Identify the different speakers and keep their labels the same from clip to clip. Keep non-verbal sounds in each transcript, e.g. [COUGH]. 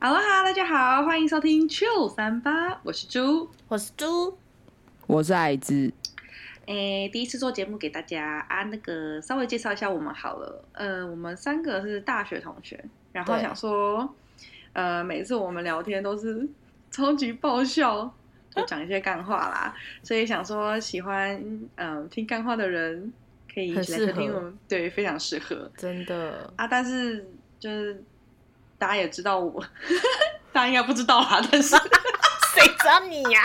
Speaker 1: 哈喽哈，大家好，欢迎收听 Chill 三八，我是猪。
Speaker 2: 我是猪，
Speaker 3: 我是矮子，
Speaker 1: 诶，第一次做节目给大家啊，那个稍微介绍一下我们好了。呃，我们三个是大学同学，然后
Speaker 2: 对
Speaker 1: 想说，呃，每次我们聊天都是超级爆笑，就讲一些干话
Speaker 2: [LAUGHS]
Speaker 1: 啦，所以想说喜欢嗯、呃听干话的人可以一起来收
Speaker 2: 很适合
Speaker 1: 听我们，对，非常适合。
Speaker 2: 真的，
Speaker 1: 啊，但是就是大家也知道我， [LAUGHS] 大家应该不知道啦，但是
Speaker 2: 谁找你呀、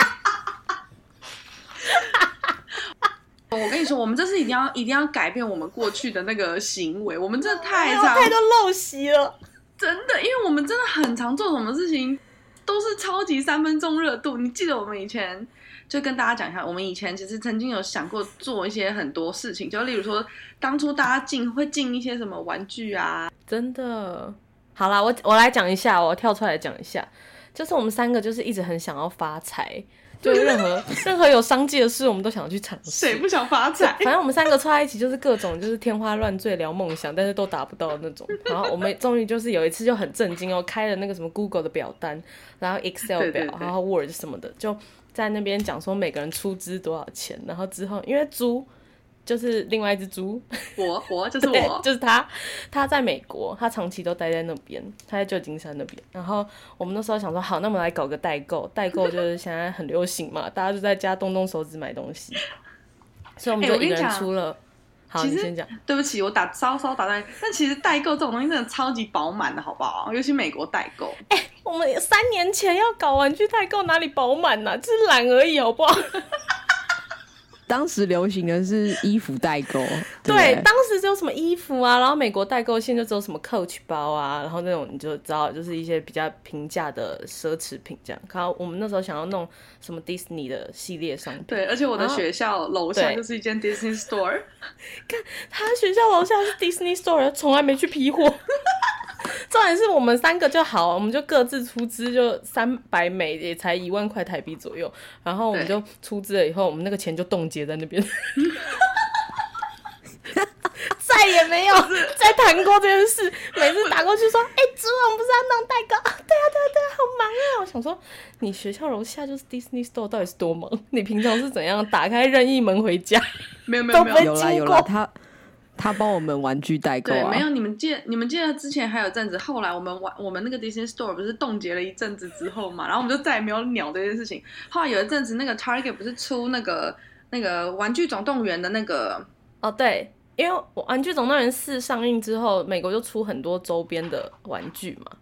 Speaker 1: 我跟你说，我们这次一定要一定要改变我们过去的那个行为，我们真的太
Speaker 2: 有
Speaker 1: 常
Speaker 2: 哎太多陋习了。
Speaker 1: 真的，因为我们真的很常做什么事情都是超级三分钟热度。你记得我们以前就跟大家讲一下，我们以前其实曾经有想过做一些很多事情，就例如说当初大家进会进一些什么玩具啊，
Speaker 2: 真的。好啦，我我来讲一下，我跳出来讲一下，就是我们三个就是一直很想要发财，就任何 [LAUGHS] 任何有商机的事，我们都想要去尝试。
Speaker 1: 谁不想发财？
Speaker 2: 反正我们三个凑在一起就是各种就是天花乱坠聊梦想，但是都达不到那种。然后我们 [LAUGHS] 终于就是有一次就很震惊哦，开了那个什么 Google 的表单，然后 Excel 表，
Speaker 1: 对对对
Speaker 2: 然后 Word 什么的，就在那边讲说每个人出资多少钱。然后之后因为猪就是另外一只猪，
Speaker 1: 我我就是
Speaker 2: [LAUGHS] 对，
Speaker 1: 我，
Speaker 2: 就是他，他在美国，他长期都待在那边，他在旧金山那边。然后我们那时候想说，好，那我们来搞个代购，代购
Speaker 1: [LAUGHS]
Speaker 2: 就是现在很流行嘛，大家就在家动动手指买东西，所以我们
Speaker 1: 哎
Speaker 2: 就
Speaker 1: 我跟
Speaker 2: 一
Speaker 1: 你
Speaker 2: 个人
Speaker 1: 讲
Speaker 2: 出了。好，
Speaker 1: 其
Speaker 2: 你
Speaker 1: 实
Speaker 2: 先讲。
Speaker 1: 对不起，我打稍稍打断你，但其实代购这种东西真的超级饱满的，好不好？尤其美国代购，
Speaker 2: 我们三年前要搞玩具代购，哪里饱满呐？就是懒而已，好不好？
Speaker 3: 当时流行的是衣服代购，
Speaker 2: 对，
Speaker 3: 不
Speaker 2: 当时只有什么衣服啊，然后美国代购线就只有什么 Coach 包啊，然后那种你就知道，就是一些比较平价的奢侈品这样。然后我们那时候想要弄什么 Disney 的系列商品，
Speaker 1: 对，而且我的
Speaker 2: 啊
Speaker 1: 学校楼下
Speaker 2: 对
Speaker 1: 就是一间 Disney Store，
Speaker 2: 他学校楼下是 Disney Store，从来没去批货。 [LAUGHS] 重点是我们三个就好，我们就各自出资，就三百美也才一万块台币左右。然后我们
Speaker 1: 对
Speaker 2: 就出资了以后，我们那个钱就冻结在那边，再也没有再谈过这件事。每次打过去说：“哎、猪，我们不是要弄代购？”对啊，对啊，对啊，好忙啊！我想说，你学校楼下就是 Disney Store，到底是多忙？你平常是怎样打开任意门回家？
Speaker 1: 没有没有没有
Speaker 2: 都，被
Speaker 3: 有啦
Speaker 2: 经
Speaker 3: 有
Speaker 2: 过
Speaker 3: 啦，他他帮我们玩具代购
Speaker 1: 对，
Speaker 3: 啊，
Speaker 1: 没有你们记得，你们记得之前还有阵子，后来我们玩我们那个 Disney Store 不是冻结了一阵子之后嘛，然后我们就再也没有鸟这件事情。后来有一阵子，那个 Target 不是出那个那个玩具总动员的那个， [LAUGHS]
Speaker 2: 哦，对，因为《玩具总动员四》上映之后，美国就出很多周边的玩具嘛。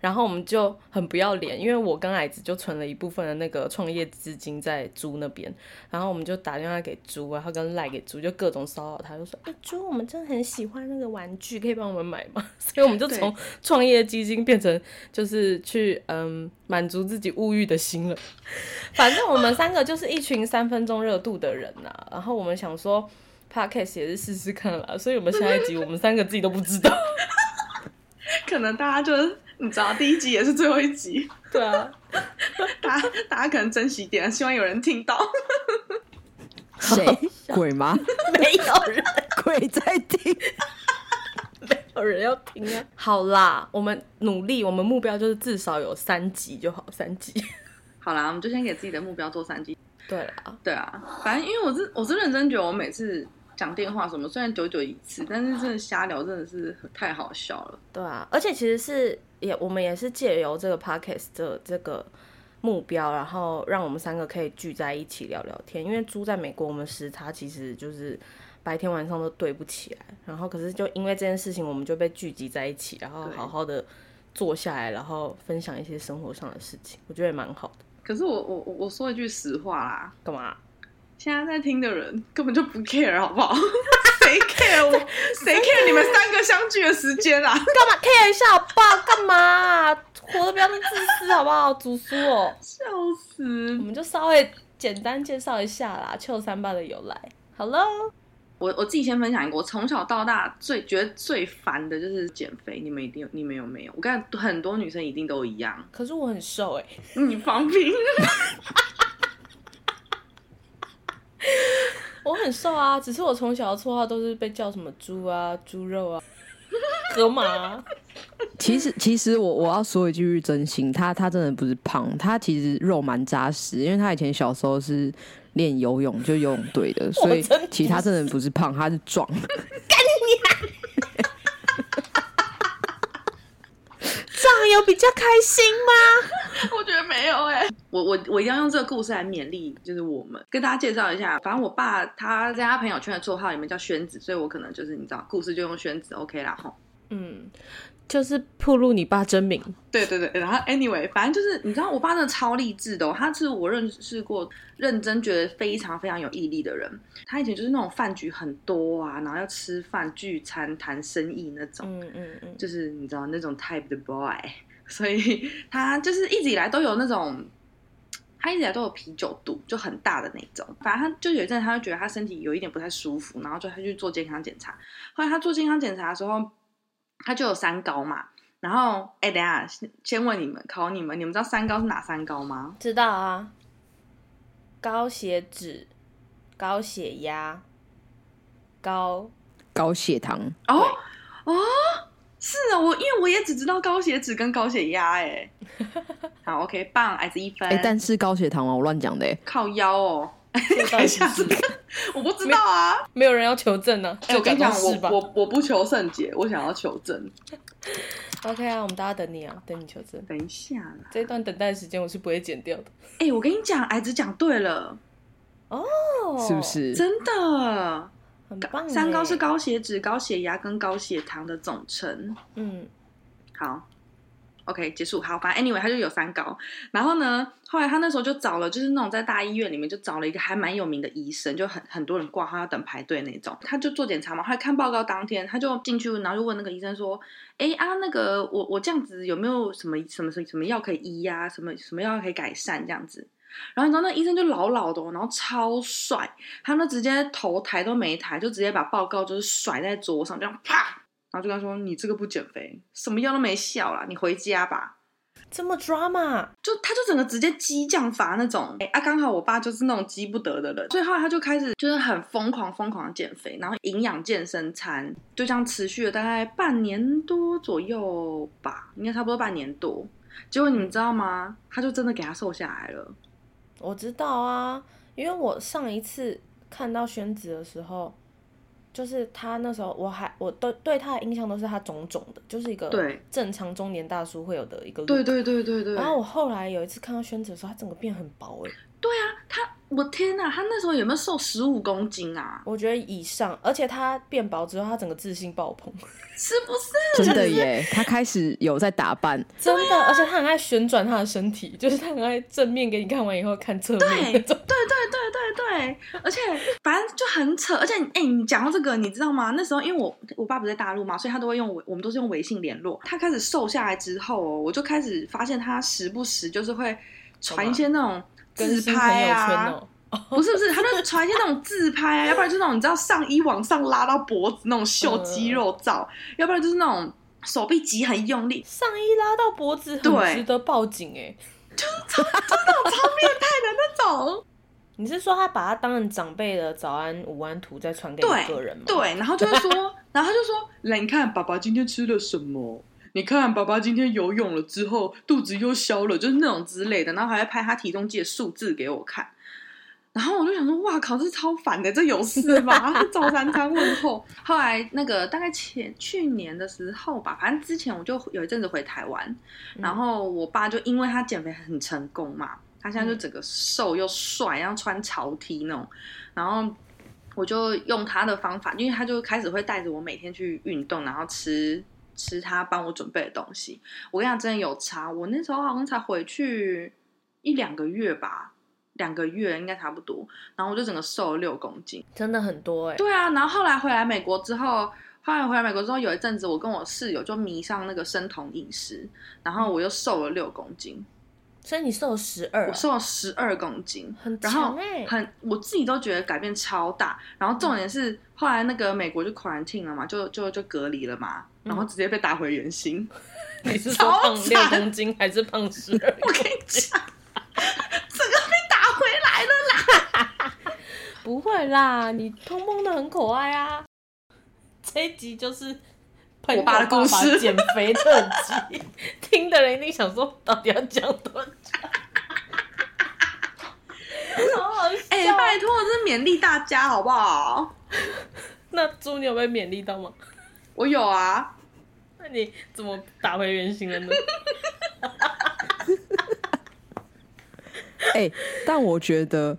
Speaker 2: 然后我们就很不要脸，因为我跟矮子就存了一部分的那个创业资金在猪那边，然后我们就打电话给猪，啊然后跟赖给猪，就各种骚扰他，就说：“哎、猪，我们真的很喜欢那个玩具，可以帮我们买吗？” [LAUGHS] 所以我们就
Speaker 1: 对
Speaker 2: 从创业基金变成就是去嗯满足自己物欲的心了。 [LAUGHS] 反正我们三个就是一群三分钟热度的人呐、然后我们想说。podcast 也是试试看啦，所以我们下一集我们三个自己都不知道。
Speaker 1: 可能大家就是你知道，第一集也是最后一集，
Speaker 2: [LAUGHS] 对啊，
Speaker 1: 大家大家可能珍惜一点，希望有人听到。
Speaker 3: [LAUGHS]
Speaker 1: [LAUGHS]
Speaker 3: 谁鬼吗？ [LAUGHS]
Speaker 2: 没有人
Speaker 3: 鬼在听，
Speaker 2: 没有人要听啊。好啦，我们努力，我们目标就是至少有三集就好，三集。
Speaker 1: 好啦，我们就先给自己的目标做三集。
Speaker 2: 对啦，
Speaker 1: 对啊，反正因为我是我是认真觉得，我每次讲电话什么，虽然久久一次，但是真的瞎聊真的是太好笑了。
Speaker 2: 对啊，而且其实是也我们也是借由这个 podcast 的这个目标，然后让我们三个可以聚在一起聊聊天。因为住在美国，我们时差其实就是白天晚上都对不起来，然后可是就因为这件事情，我们就被聚集在一起，然后
Speaker 1: 对
Speaker 2: 好好的坐下来，然后分享一些生活上的事情，我觉得也蛮好的。
Speaker 1: 可是我我我我说一句实话啦，
Speaker 2: 干嘛？
Speaker 1: 现在在听的人根本就不 care，好不 [LAUGHS] 好？谁 care [LAUGHS] 我？谁 care 你们三个相聚的时间啊？
Speaker 2: [LAUGHS] 干嘛 care 一下好不好？干嘛啊、活得不要那么自私好不好？ [LAUGHS] 主叔哦，
Speaker 1: [LAUGHS] 笑死
Speaker 2: 我！们就稍微简单介绍一下啦，秋三八的由来。好喽。
Speaker 1: 我我自己先分享一个，我从小到大最觉得最烦的就是减肥。你们一定有，你们有没有？我看很多女生一定都一 [LAUGHS] 样。
Speaker 2: 可是我很瘦哎、
Speaker 1: 你放屁！
Speaker 2: 我很瘦啊，只是我从小的绰号都是被叫什么猪啊、猪肉啊。 [LAUGHS] 河马，
Speaker 3: 其实，其实我我要说一句真心，他他真的不是胖，他其实肉蛮扎实，因为他以前小时候是练游泳，就游泳队的，所以
Speaker 2: 真不
Speaker 3: 其实他真的不是胖，他是壮。干你、
Speaker 2: 这样有比较开心
Speaker 1: [LAUGHS]
Speaker 2: 吗？
Speaker 1: 我觉得没有哎、我我我一定要用这个故事来勉励，就是我们跟大家介绍一下。反正我爸他在他朋友圈的绰号里面叫宣子，所以我可能就是你知道，故事就用宣子 OK 啦吼。
Speaker 2: 嗯，就是暴露你爸真名，
Speaker 1: 对对对，然后 anyway，反正就是你知道，我爸真的超励志的哦、他是我认识过认真觉得非常非常有毅力的人。他以前就是那种饭局很多啊，然后要吃饭聚餐谈生意那种。
Speaker 2: 嗯嗯嗯，
Speaker 1: 就是你知道那种 type 的 boy，所 [LAUGHS] 以他就是一直以来都有那种，他一直以来都有啤酒肚，就很大的那种。反正他就有一阵，他就觉得他身体有一点不太舒服，然后就他去做健康检查。后来他做健康检查的时候，他就有三高嘛。然后，哎，等一下，先先问你们，考你们，你们知道三高是哪三高吗？
Speaker 2: 知道啊，高血脂、高血压、高
Speaker 3: 高血糖，
Speaker 1: 哦，哦，是啊，我因为我也只知道高血脂跟高血压，
Speaker 3: [LAUGHS]
Speaker 1: 哎，好，OK，棒，矮子一分，
Speaker 3: 哎、但是高血糖吗？我乱讲的、欸，
Speaker 1: 靠腰哦。 [LAUGHS]
Speaker 2: 这
Speaker 1: 等
Speaker 2: 到底
Speaker 1: 一
Speaker 2: 是
Speaker 1: 下，
Speaker 2: 不
Speaker 1: 这
Speaker 2: 是
Speaker 1: 个我不知道啊。
Speaker 2: 没有人要求证呢、啊。
Speaker 1: 哎、我跟你讲，我
Speaker 2: 是吧
Speaker 1: 我我不求甚解，我想要求证。
Speaker 2: OK 啊，我们大家等你啊，等你求证。
Speaker 1: 等一下啦，
Speaker 2: 这一段等待时间我是不会剪掉的
Speaker 1: 哎、我跟你讲，矮子讲对了，
Speaker 2: 哦
Speaker 3: 是不？是？
Speaker 1: 真的。
Speaker 2: 很棒欸耶，
Speaker 1: 三高是高血脂、高血压跟高血糖的总称。
Speaker 2: 嗯，
Speaker 1: 好，OK，结束。好，反正 anyway，他就有三高。然后呢，后来他那时候就找了，就是那种在大医院里面就找了一个还蛮有名的医生，就很很多人挂号要等排队那种。他就做检查嘛，后来看报告当天，他就进去，然后就问那个医生说：“哎啊，那个我我这样子有没有什么什么什么什么药可以医呀、什么什么药可以改善这样子？”然后你知道那医生就老老的、哦，然后超帅，他那直接头抬都没抬，就直接把报告就是甩在桌上，这样啪，然后就跟他说：“你这个不减肥，什么药都没效啦，你回家吧。”
Speaker 2: 这么 drama，
Speaker 1: 就他就整个直接激将法那种，哎、啊，刚好我爸就是那种激不得的人，所以后来他就开始就是很疯狂疯狂地减肥，然后营养健身餐，就这样持续了大概半年多左右吧，应该差不多半年多。结果你们知道吗？他就真的给他瘦下来了。
Speaker 2: 我知道啊，因为我上一次看到宣子的时候，就是他那时候我还我对对他的印象都是他肿肿的，就是一个
Speaker 1: 对
Speaker 2: 正常中年大叔会有的一个 look
Speaker 1: 对对对对对。
Speaker 2: 然后
Speaker 3: 哦
Speaker 2: 我后来有一次看到宣子的时候，他整个变很薄哎、
Speaker 1: 对啊，他我天哪，他那时候有没有瘦十五公斤啊？
Speaker 2: 我觉得以上，而且他变薄之后，他整个自信爆棚，
Speaker 1: 是不是？
Speaker 3: 真的耶，他开始有在打扮，
Speaker 2: 真的，而且他很爱旋转他的身体，就是他很爱正面给你看完以后看侧面 [LAUGHS] 那
Speaker 1: 对对对
Speaker 2: 种。
Speaker 1: 对对对，而且反正就很扯，而且哎、你讲到这个，你知道吗？那时候因为我我爸不在大陆嘛，所以他都会用微我们都是用微信联络。他开始瘦下来之后哦，我就开始发现他时不时就是会传一些那种
Speaker 2: 更
Speaker 1: 自
Speaker 2: 新朋
Speaker 1: 拍
Speaker 2: 友圈
Speaker 1: 啊，
Speaker 2: 哦，
Speaker 1: [LAUGHS] 不是不是，他就传一些那种自
Speaker 2: [LAUGHS]
Speaker 1: 拍啊，要不然就是那种你知道上衣往上拉到脖子那种秀肌肉
Speaker 2: 呃
Speaker 1: 照，要不然就是那种手臂挤很用力，
Speaker 2: 上衣拉到脖子
Speaker 1: 对
Speaker 2: 很值得报警哎、
Speaker 1: 那种
Speaker 2: 你是说他把他当成长辈的早安、午安图再传给
Speaker 1: 对
Speaker 2: 一个人吗？，
Speaker 1: 对，然后就会说，然后他就说，来，你看爸爸今天吃了什么？你看爸爸今天游泳了之后，肚子又消了，就是那种之类的，然后还会拍他体重计的数字给我看。然后我就想说，哇靠，这超烦的，这有事吗？ [LAUGHS] 这早三餐问候。后来那个大概前去年的时候吧，反正之前我就有一阵子回台湾，
Speaker 2: 嗯
Speaker 1: 然后我爸就因为他减肥很成功嘛，他现在就整个瘦又帅，然后穿潮 T 那种，然后我就用他的方法，因为他就开始会带着我每天去运动，然后吃吃他帮我准备的东西。我跟你讲，真的有差。我那时候好像才回去一两个月吧，两个月应该差不多。然后我就整个瘦了六公斤。
Speaker 2: 真的很多哎、
Speaker 1: 对啊，然后后来回来美国之后，后来回来美国之后有一阵子，我跟我室友就迷上那个生酮饮食，然后我又瘦了六公斤，
Speaker 2: 所以你瘦十二、啊
Speaker 1: 我瘦了十二公斤。
Speaker 2: 很
Speaker 1: 然后
Speaker 2: 强哎、
Speaker 1: 很，我自己都觉得改变超大。然后重点是，后来那个美国就 quarantine 了嘛，就就就隔离了嘛，然后直接被打回原形。 [LAUGHS]
Speaker 2: [LAUGHS] 你是说
Speaker 1: 超
Speaker 2: 胖六
Speaker 1: 惨
Speaker 2: 公斤还是胖十二？
Speaker 1: 我跟你讲，整个被打回来了。
Speaker 2: 不会啦，你通通的很可爱啊。这一集就是朋友
Speaker 1: 我爸的故事
Speaker 2: 爸减肥特辑， [LAUGHS] 听的人一定想说，到底要讲多 [LAUGHS] 久？好好笑！
Speaker 1: 哎、拜托，这是勉励大家好不好？
Speaker 2: 那猪，你有被勉励到吗？
Speaker 1: 我有啊，
Speaker 2: 那你怎么打回原形了呢？
Speaker 3: [LAUGHS] 哎、但我觉得，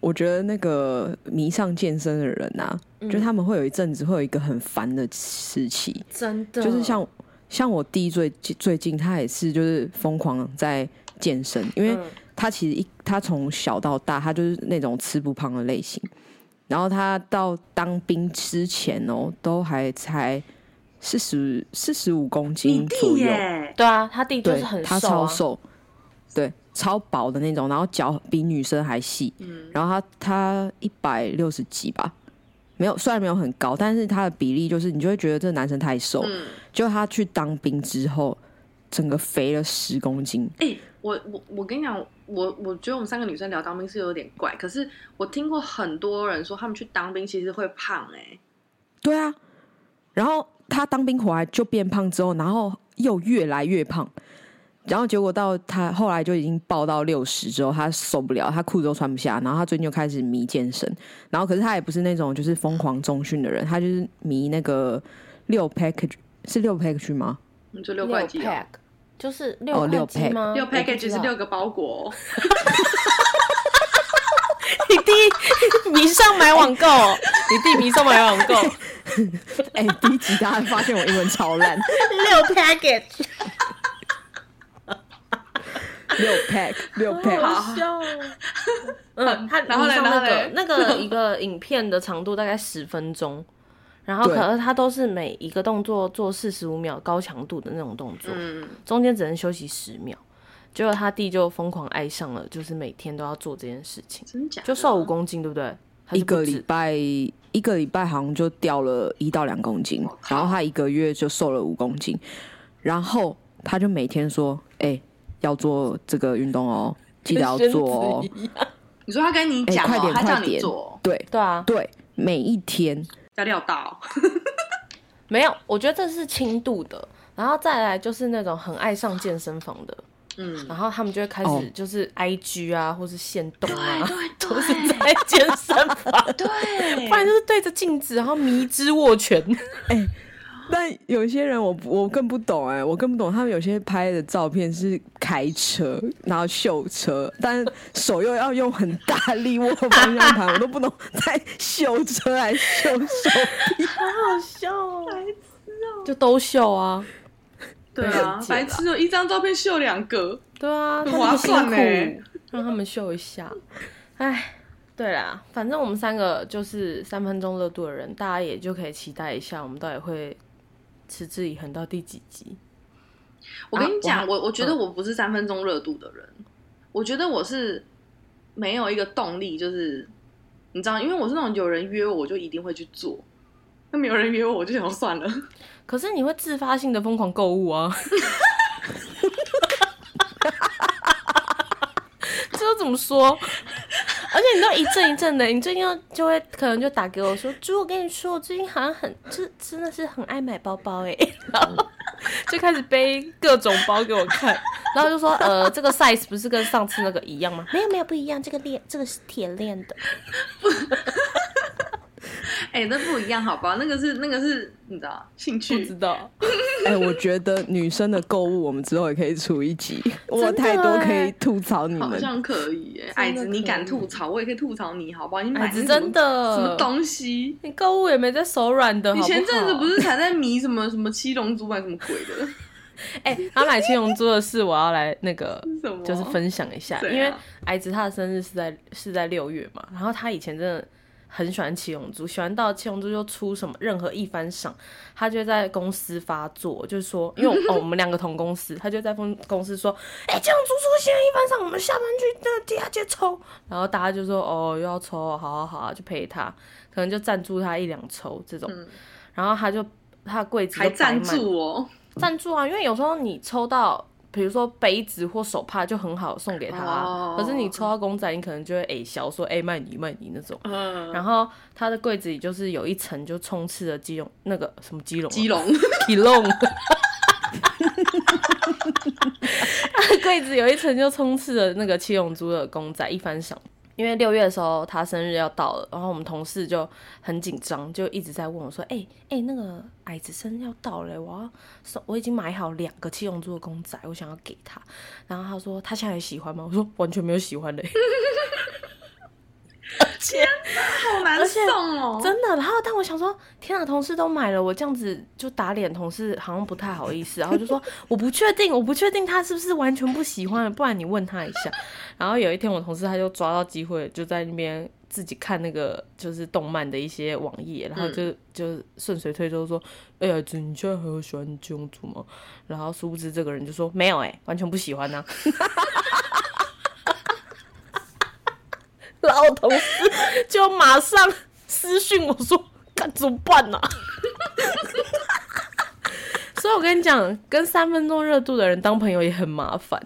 Speaker 3: 我觉得那个迷上健身的人啊，就
Speaker 1: 嗯
Speaker 3: 他们会有一阵子会有一个很烦的时期，
Speaker 2: 真的，
Speaker 3: 就是像像我弟最最近他也是就是疯狂在健身，因为
Speaker 2: 嗯
Speaker 3: 他其实一他从小到大他就是那种吃不胖的类型，然后他到当兵之前哦，都还才四十四十五公
Speaker 1: 你
Speaker 3: 斤
Speaker 1: 弟
Speaker 3: 左右。
Speaker 1: 耶，
Speaker 2: 对啊，他弟就
Speaker 3: 对
Speaker 2: 是很，
Speaker 3: 他
Speaker 2: 瘦
Speaker 3: 超
Speaker 2: 啊，
Speaker 3: 瘦，对，超薄的那种，然后脚比女生还细，
Speaker 1: 嗯
Speaker 3: 然后他他一百六十几吧，没有，虽然没有很高，但是他的比例就是你就会觉得这男生太瘦，
Speaker 1: 嗯，
Speaker 3: 就他去当兵之后，整个肥了十公斤，
Speaker 1: 哎、我我我跟你讲，我我觉得我们三个女生聊当兵是有点怪，可是我听过很多人说他们去当兵其实会胖、哎，
Speaker 3: 对啊，然后他当兵回来就变胖之后，然后又越来越胖，然后结果到他后来就已经爆到六十之后，他受不了，他裤子都穿不下，然后他最近就开始迷健身，然后可是他也不是那种就是疯狂中训的人，他就是迷那个六 package 是六 package 吗？
Speaker 1: 你就
Speaker 2: 六
Speaker 1: 六块肌哦
Speaker 2: pack 就是
Speaker 3: 哦
Speaker 2: 六
Speaker 3: 六
Speaker 2: 块肌
Speaker 3: pack
Speaker 2: 吗？
Speaker 1: 六
Speaker 2: 我不
Speaker 1: package
Speaker 2: 知
Speaker 1: 是
Speaker 2: 道
Speaker 1: 六个包裹哦，
Speaker 2: 你弟迷上买网购，你弟迷上买网购，
Speaker 3: 哎、第一集大家发现我英文超烂，
Speaker 2: [LAUGHS] 六 [LAUGHS] package，
Speaker 3: 六 pack 六 pack，
Speaker 2: 好笑哦。嗯，他
Speaker 1: 然后嘞
Speaker 2: 迷上那
Speaker 1: 然后嘞
Speaker 2: 个那个一个影片的长度大概十分钟，然后
Speaker 3: 对
Speaker 2: 可是他都是每一个动作做四十五秒高强度的那种动作，
Speaker 1: 嗯，
Speaker 2: 中间只能休息十秒。结果他弟就疯狂爱上了，就是每天都要做这件事情，
Speaker 1: 真假的
Speaker 2: 就瘦五公斤，对不对？还
Speaker 3: 一
Speaker 2: 是不
Speaker 3: 个
Speaker 2: 止
Speaker 3: 礼拜一个礼拜好像就掉了一到两公斤，然后他一个月就瘦了五公斤，然后他就每天说：“哎、要做这个运动哦，记得要做哦，
Speaker 1: 你说他跟你
Speaker 3: 哎、
Speaker 1: 讲、哦
Speaker 3: 快点
Speaker 1: 他叫
Speaker 3: 快
Speaker 1: 你
Speaker 3: 点
Speaker 1: 做哦，，
Speaker 3: 对
Speaker 2: 对啊，
Speaker 3: 对，每一天
Speaker 1: 要料到，
Speaker 2: 没有，我觉得这是轻度的，然后再来就是那种很爱上健身房的， [LAUGHS]
Speaker 1: 嗯，
Speaker 2: 然后他们就会开
Speaker 3: 哦
Speaker 2: 始就是 I G 啊，或是限动啊，
Speaker 1: 对
Speaker 2: 都是在健身房，
Speaker 1: [LAUGHS] 对
Speaker 2: 不然就是对着镜子，然后迷之握拳。 [LAUGHS]
Speaker 3: 但有些人我不我更不懂哎、我更不懂他们有些拍的照片是开车，然后秀车，但手又要用很大力握方向盘，我都不懂在秀车还是秀手臂。
Speaker 1: 哦
Speaker 2: 哦就都秀啊，
Speaker 1: 对啊
Speaker 2: 很，解啦
Speaker 1: 白痴哦、一张照片秀两个，
Speaker 2: 对啊，
Speaker 1: 很
Speaker 2: 他们
Speaker 1: 划
Speaker 2: 辛
Speaker 1: 算
Speaker 2: 苦
Speaker 1: 欸，
Speaker 2: 让他们秀一下。哎，对啦，反正我们三个就是三分钟热度的人，大家也就可以期待一下，我们到底会持之以恒到第几集。
Speaker 1: 我跟
Speaker 2: 啊
Speaker 1: 你
Speaker 2: 我还
Speaker 1: 讲，我我觉得
Speaker 2: 嗯
Speaker 1: 我不是三分钟热度的人，我觉得我是没有一个动力，就是你知道，因为我是那种有人约我，我就一定会去做。那没有人约我，我就想说算了。
Speaker 2: 可是你会自发性的疯狂购物啊！ [LAUGHS] 这又怎么说？而且你都一阵一阵的，你最近又就会可能就打给我说：“猪，我跟你说，我最近好像很，就真的是很爱买包包哎、 [LAUGHS] 然后就开始背各种包给我看，然后就说：“呃，这个 size 不是跟上次那个一样吗？”没有没有不一样，这个链这个是铁链的。
Speaker 1: [LAUGHS] 哎、那不一样，好吧？那个是那个是，你知道，兴
Speaker 2: 不
Speaker 1: 趣
Speaker 2: 知。道，
Speaker 3: [LAUGHS] 哎、我觉得女生的购物，我们之后也可以出一 [LAUGHS] 集，我
Speaker 2: 真的
Speaker 3: 太多可
Speaker 2: 欸
Speaker 3: 以吐槽你
Speaker 1: 好
Speaker 3: 们。
Speaker 1: 像欸可以耶、矮子，
Speaker 2: 可
Speaker 1: 你敢
Speaker 2: 以
Speaker 1: 吐槽，我也可以吐槽你，好不好？你买
Speaker 2: 哎，
Speaker 1: 那什
Speaker 2: 子
Speaker 1: 么
Speaker 2: 真的
Speaker 1: 什么东西？
Speaker 2: 你购物也没在手软的，
Speaker 1: 你
Speaker 2: 好
Speaker 1: 前阵子
Speaker 2: 好
Speaker 1: 不是才在迷什么什么七龙珠还是什么鬼的？ [LAUGHS]
Speaker 2: 哎、他买七龙珠的事，我要来那个
Speaker 1: 是什么
Speaker 2: 就是分享一下，
Speaker 1: 对啊
Speaker 2: 因为矮子他的生日是在是在六月嘛，然后他以前真的很喜欢七龙珠，喜欢到七龙珠就出什么任何一番赏，他就在公司发作，就是
Speaker 1: [LAUGHS]
Speaker 2: 说，因为我哦我们两个同公司，他就在公公司说，哎、七龙珠出现一番赏，我们下班去那个地下街抽，然后大家就说哦又要抽哦，好啊好啊，就陪他，可能就赞助他一两抽这种，然后他就他的柜子
Speaker 1: 嗯
Speaker 2: 就
Speaker 1: 还
Speaker 2: 摆
Speaker 1: 赞
Speaker 2: 满
Speaker 1: 助哦，
Speaker 2: 赞助啊，因为有时候你抽到比如说杯子或手帕就很好送给他啊、
Speaker 1: 哦
Speaker 2: 可是你抽到公仔，你可能就会哎小说哎卖你卖你那种。
Speaker 1: 嗯，
Speaker 2: 然后他的柜子里就是有一层就充斥着基隆那个什么基隆啊
Speaker 1: 基隆
Speaker 2: 基
Speaker 3: [LAUGHS]
Speaker 2: 隆，他的 [LAUGHS] 柜子有一层就充斥着那个七龙珠的公仔一番赏。因为六月的时候他生日要到了，然后我们同事就很紧张，就一直在问我说：“哎、哎、那个矮子生日要到了，我要送，我已经买好两个七龙珠的公仔，我想要给他。”然后他说：“他现在有喜欢吗？”我说：“完全没有喜欢的、
Speaker 1: [LAUGHS] 好难送哦，
Speaker 2: 真的。然后，但我想说，天啊，同事都买了，我这样子就打脸同事，好像不太好意思。然后就说 [LAUGHS] 我不确定，我不确定他是不是完全不喜欢，不然你问他一下。然后有一天，我同事他就抓到机会，就在那边自己看那个就是动漫的一些网页，然后就、就顺水推舟说：“哎呀，子你现在还有喜欢金庸主吗？”然后殊不知这个人就说：“没有、哎，完全不喜欢呐、然后我同事就马上私讯我说：“看怎么办呢、 [LAUGHS] 所以，我跟你讲，跟三分钟热度的人当朋友也很麻烦，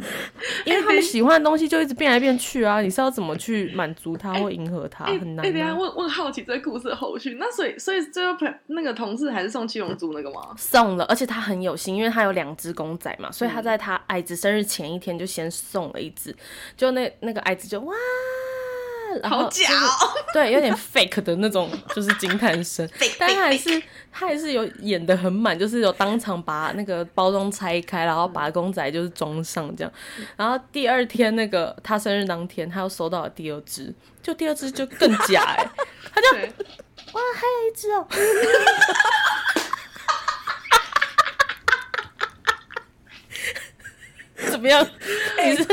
Speaker 2: 因为
Speaker 1: 哎
Speaker 2: 他们喜欢的东西就一直变来变去啊，你是要怎么去满足他或迎合他，
Speaker 1: 哎
Speaker 2: 很难
Speaker 1: 哎，等一下
Speaker 2: 啊。
Speaker 1: 问问好奇这故事的后续，那所以所以最后朋那个同事还是送七龙珠那个吗？
Speaker 2: 送了，而且他很有心，因为他有两只公仔嘛，
Speaker 1: 嗯
Speaker 2: 所以他在他矮子生日前一天就先送了一只，就那那个矮子就哇，然后
Speaker 1: 好假哦，
Speaker 2: [LAUGHS] 对，有点 fake 的那种，就是惊叹 [LAUGHS] 声。但他还是他还是有演的很满，就是有当场把那个包装拆开，然后把公仔就是装上这样。然后第二天那个他生日当天，他又收到了第二只，就第二只就更假哎、他就
Speaker 1: 对，
Speaker 2: 哇还有一只哦， [LAUGHS] 怎么 [LAUGHS] 样？你是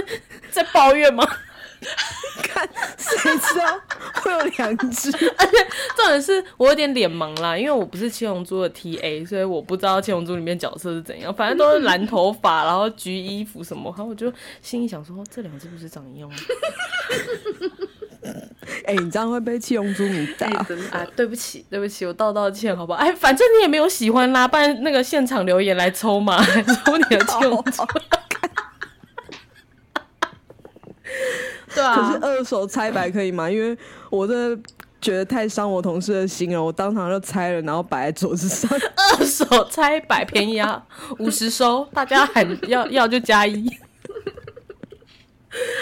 Speaker 2: 在抱怨吗？
Speaker 3: 看谁知道会有两只？
Speaker 2: 重点是我有点脸盲啦，因为我不是七龙珠的 TA，所以我不知道七龙珠里面角色是怎样，反正都是蓝头发，然后橘衣服什么，然后我就心里想说，这两只不是长一样吗？
Speaker 3: 哎、你这样会被七龙珠迷打。
Speaker 1: 哎，真的
Speaker 2: 啊，对不起，对不起，我道道歉，好不好？哎，反正你也没有喜欢啦，不然那个现场留言来抽嘛， [LAUGHS] 来抽你的七龙珠。 [LAUGHS] 对
Speaker 3: 可是
Speaker 2: 啊，
Speaker 3: 二手拆白可以吗？因为我真的觉得太伤我同事的心了，我当场就拆了，然后摆在桌子上。
Speaker 2: 二手拆百便宜啊，五十收，大家喊要要就加一。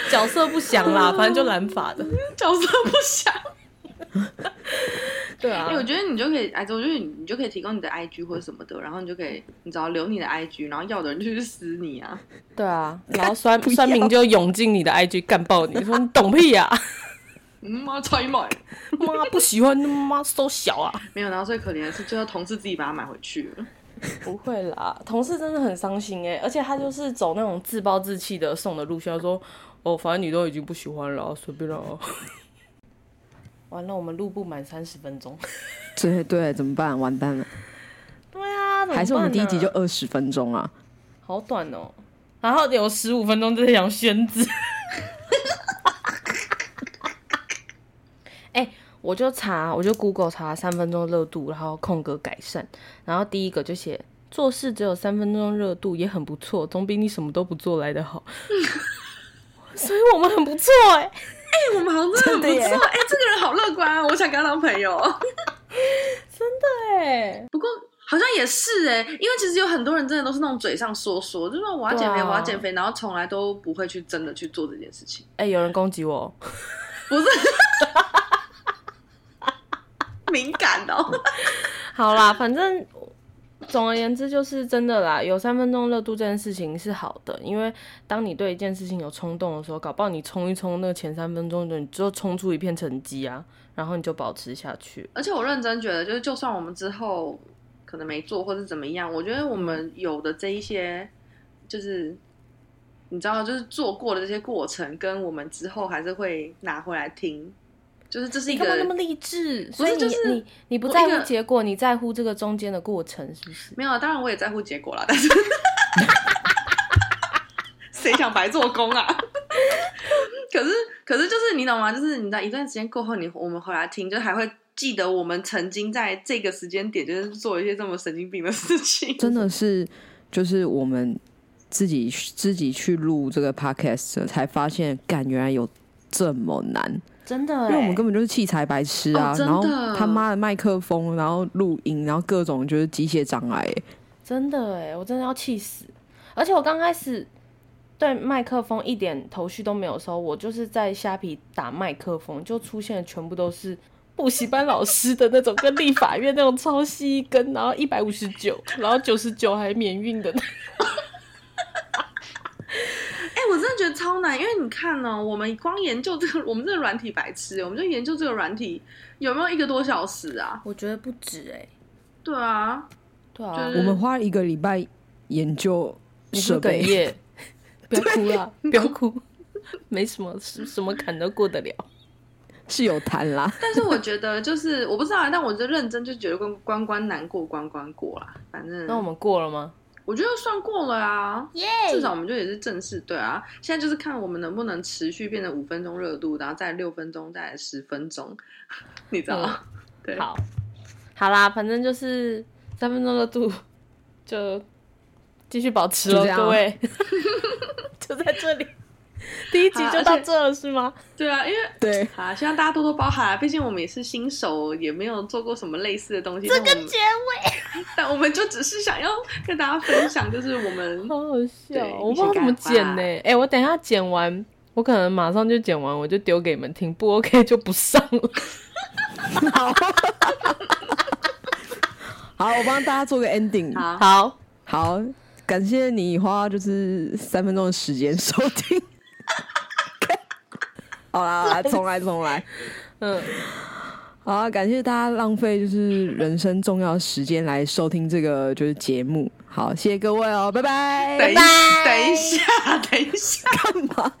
Speaker 2: 角色不详啦，反正就蓝发的。
Speaker 1: 角色不详。
Speaker 2: 对啊
Speaker 1: 哎、我觉得你就可以，哎，我觉得你你就可以提供你的 IG 或者什么的，然后你就可以，你只要留你的 IG，然后要的人就去撕你啊。
Speaker 2: 对啊，然后酸
Speaker 3: 要
Speaker 2: 酸民就涌进你的 IG 干爆你，说你懂屁呀、
Speaker 1: 嗯，妈才买，
Speaker 2: 妈不喜欢，妈收小啊！
Speaker 1: 没有。然后最可怜的是，最后同事自己把它买回去了。
Speaker 2: 不会啦，同事真的很伤心哎、而且他就是走那种自暴自弃的送的路线，他说哦，反正你都已经不喜欢了，随便啦、完了，我们录不满三十分钟。
Speaker 3: [LAUGHS] 对对，怎么办？完蛋了！
Speaker 2: 对啊，怎么
Speaker 3: 还是我们
Speaker 2: 办
Speaker 3: 第一集
Speaker 2: 啊
Speaker 3: 就二十分钟啊？
Speaker 2: 好短哦，然后有十五分钟就是讲宣 [LAUGHS] 纸。哎、我就查，我就 Google 查三分钟热度，然后空格改善，然后第一个就写做事只有三分钟热度也很不错，总比你什么都不做来的 [LAUGHS] 好。所以我们很不错哎、
Speaker 1: 哎、我们好像真的很
Speaker 3: 真的
Speaker 1: 不
Speaker 3: 耶
Speaker 1: 错。哎、这个人好乐观啊，我想跟他当朋
Speaker 2: [LAUGHS]
Speaker 1: 友。
Speaker 2: 对，
Speaker 1: 不过好像也是哎、因为其实有很多人真的都是那种嘴上说说，就是说我要减肥，
Speaker 2: 对啊
Speaker 1: 我要减肥，然后从来都不会去真的去做这件事情。
Speaker 2: 哎、有人攻击我，
Speaker 1: 不是，敏感哦。
Speaker 2: 好啦，反正总而言之就是真的啦，有三分钟热度这件事情是好的，因为当你对一件事情有冲动的时候，搞不好你冲一冲那前三分钟，你就冲出一片成绩啊，然后你就保持下去。
Speaker 1: [LAUGHS] 而且我认真觉得，就是就算我们之后可能没做或是怎么样，我觉得我
Speaker 2: 嗯
Speaker 1: 们有的这一些，就是你知道，就是做过的这些过程，跟我们之后还是会拿回来听，就是这是一
Speaker 2: 你
Speaker 1: 个
Speaker 2: 干嘛那么励志？
Speaker 1: 不
Speaker 2: 所
Speaker 1: 是
Speaker 2: 以你、
Speaker 1: 就是
Speaker 2: 你你不
Speaker 1: 我
Speaker 2: 在
Speaker 1: 一个
Speaker 2: 乎结果，你在乎这个中间的过程，是不是？
Speaker 1: 没有啊，当然我也在乎结果啦，但是谁想白做工啊？ [LAUGHS] 可是可是就是你懂吗？就是你在一段时间过后你，我们回来听，就还会记得我们曾经在这个时间点，就是做一些这么神经病的事情。
Speaker 3: 真的是，就是我们自己自己去录这个 podcast，才发现，干原来有这么难，
Speaker 2: 真的、欸，
Speaker 3: 因为我们根本就是器材白痴啊，
Speaker 1: 哦真
Speaker 3: 然
Speaker 1: 的
Speaker 3: 后他妈的麦克风，然后录音，然后各种就是机械障碍、欸
Speaker 2: 真的哎，我真的要气死！而且我刚开始对麦克风一点头绪都没有的时候，我就是在虾皮打麦克风，就出现的全部都是补习班老师的那种，跟立法院那种超细一根，然后一百五十九，然后九十九还免运的。
Speaker 1: 哎、我真的觉得超难，因为你看呢、我们光研究这个，我们这个软体白痴，我们就研究这个软体有没有一个多小时啊？
Speaker 4: 我觉得不止哎、
Speaker 1: 对啊，
Speaker 2: 欸对啊，
Speaker 1: 就是
Speaker 3: 我们花了一个礼拜研究
Speaker 2: 你是
Speaker 3: 设
Speaker 2: 不是哽
Speaker 3: 备，
Speaker 2: 咽，不要哭啦，不要哭，没什么，是什么坎都过得了。
Speaker 3: 是有谈
Speaker 1: [LAUGHS]
Speaker 3: 啦。
Speaker 1: 但是我觉得就是我不知道，啊，但我就认真就觉得关关关难过关关过啦，反正
Speaker 2: 那我们过了吗？
Speaker 1: 我觉得算过了啊。
Speaker 4: 耶、
Speaker 1: 至少我们就也是正式对啊，现在就是看我们能不能持续变成五分钟热度，然后再六分钟，再十分钟， [LAUGHS] 你知道吗？对，
Speaker 2: 好，好啦，反正就是三分钟热度，就继续保持
Speaker 3: 就
Speaker 2: 喽
Speaker 3: 这，样
Speaker 2: 各位， [LAUGHS] 就在这 [LAUGHS] 里，第一集
Speaker 1: 好
Speaker 2: 就
Speaker 1: 而
Speaker 2: 到
Speaker 1: 且
Speaker 2: 这了是吗？
Speaker 1: 对啊，因为
Speaker 3: 对，
Speaker 1: 啊，希望大家多多包涵啊，毕竟我们也是新手，也没有做过什么类似的东西。这
Speaker 4: 结尾
Speaker 1: [LAUGHS] 但我们就只是想要跟大家分享，就是我们
Speaker 2: 好好笑
Speaker 1: 对
Speaker 2: 哦，我不知道怎么剪呢、
Speaker 1: 一
Speaker 2: 哎、我等一下剪完，我可能马上就剪完，我就丢给你们听，不 OK 就不上了。
Speaker 3: 好，好，我帮大家做个 ending。
Speaker 1: 好
Speaker 2: 好，
Speaker 3: 好，感谢你花就是三分钟的时间收听。 [LAUGHS] 好啦，好
Speaker 1: [LAUGHS]
Speaker 3: 啦，重来，重来。
Speaker 2: 嗯，
Speaker 3: 好啊，感谢大家浪费就是人生重要的时间来收听这个就是节目。好，谢谢各位哦，拜拜。 [LAUGHS]
Speaker 1: 等一
Speaker 4: 拜拜
Speaker 1: [LAUGHS] 等一下，等一下，
Speaker 3: 干嘛？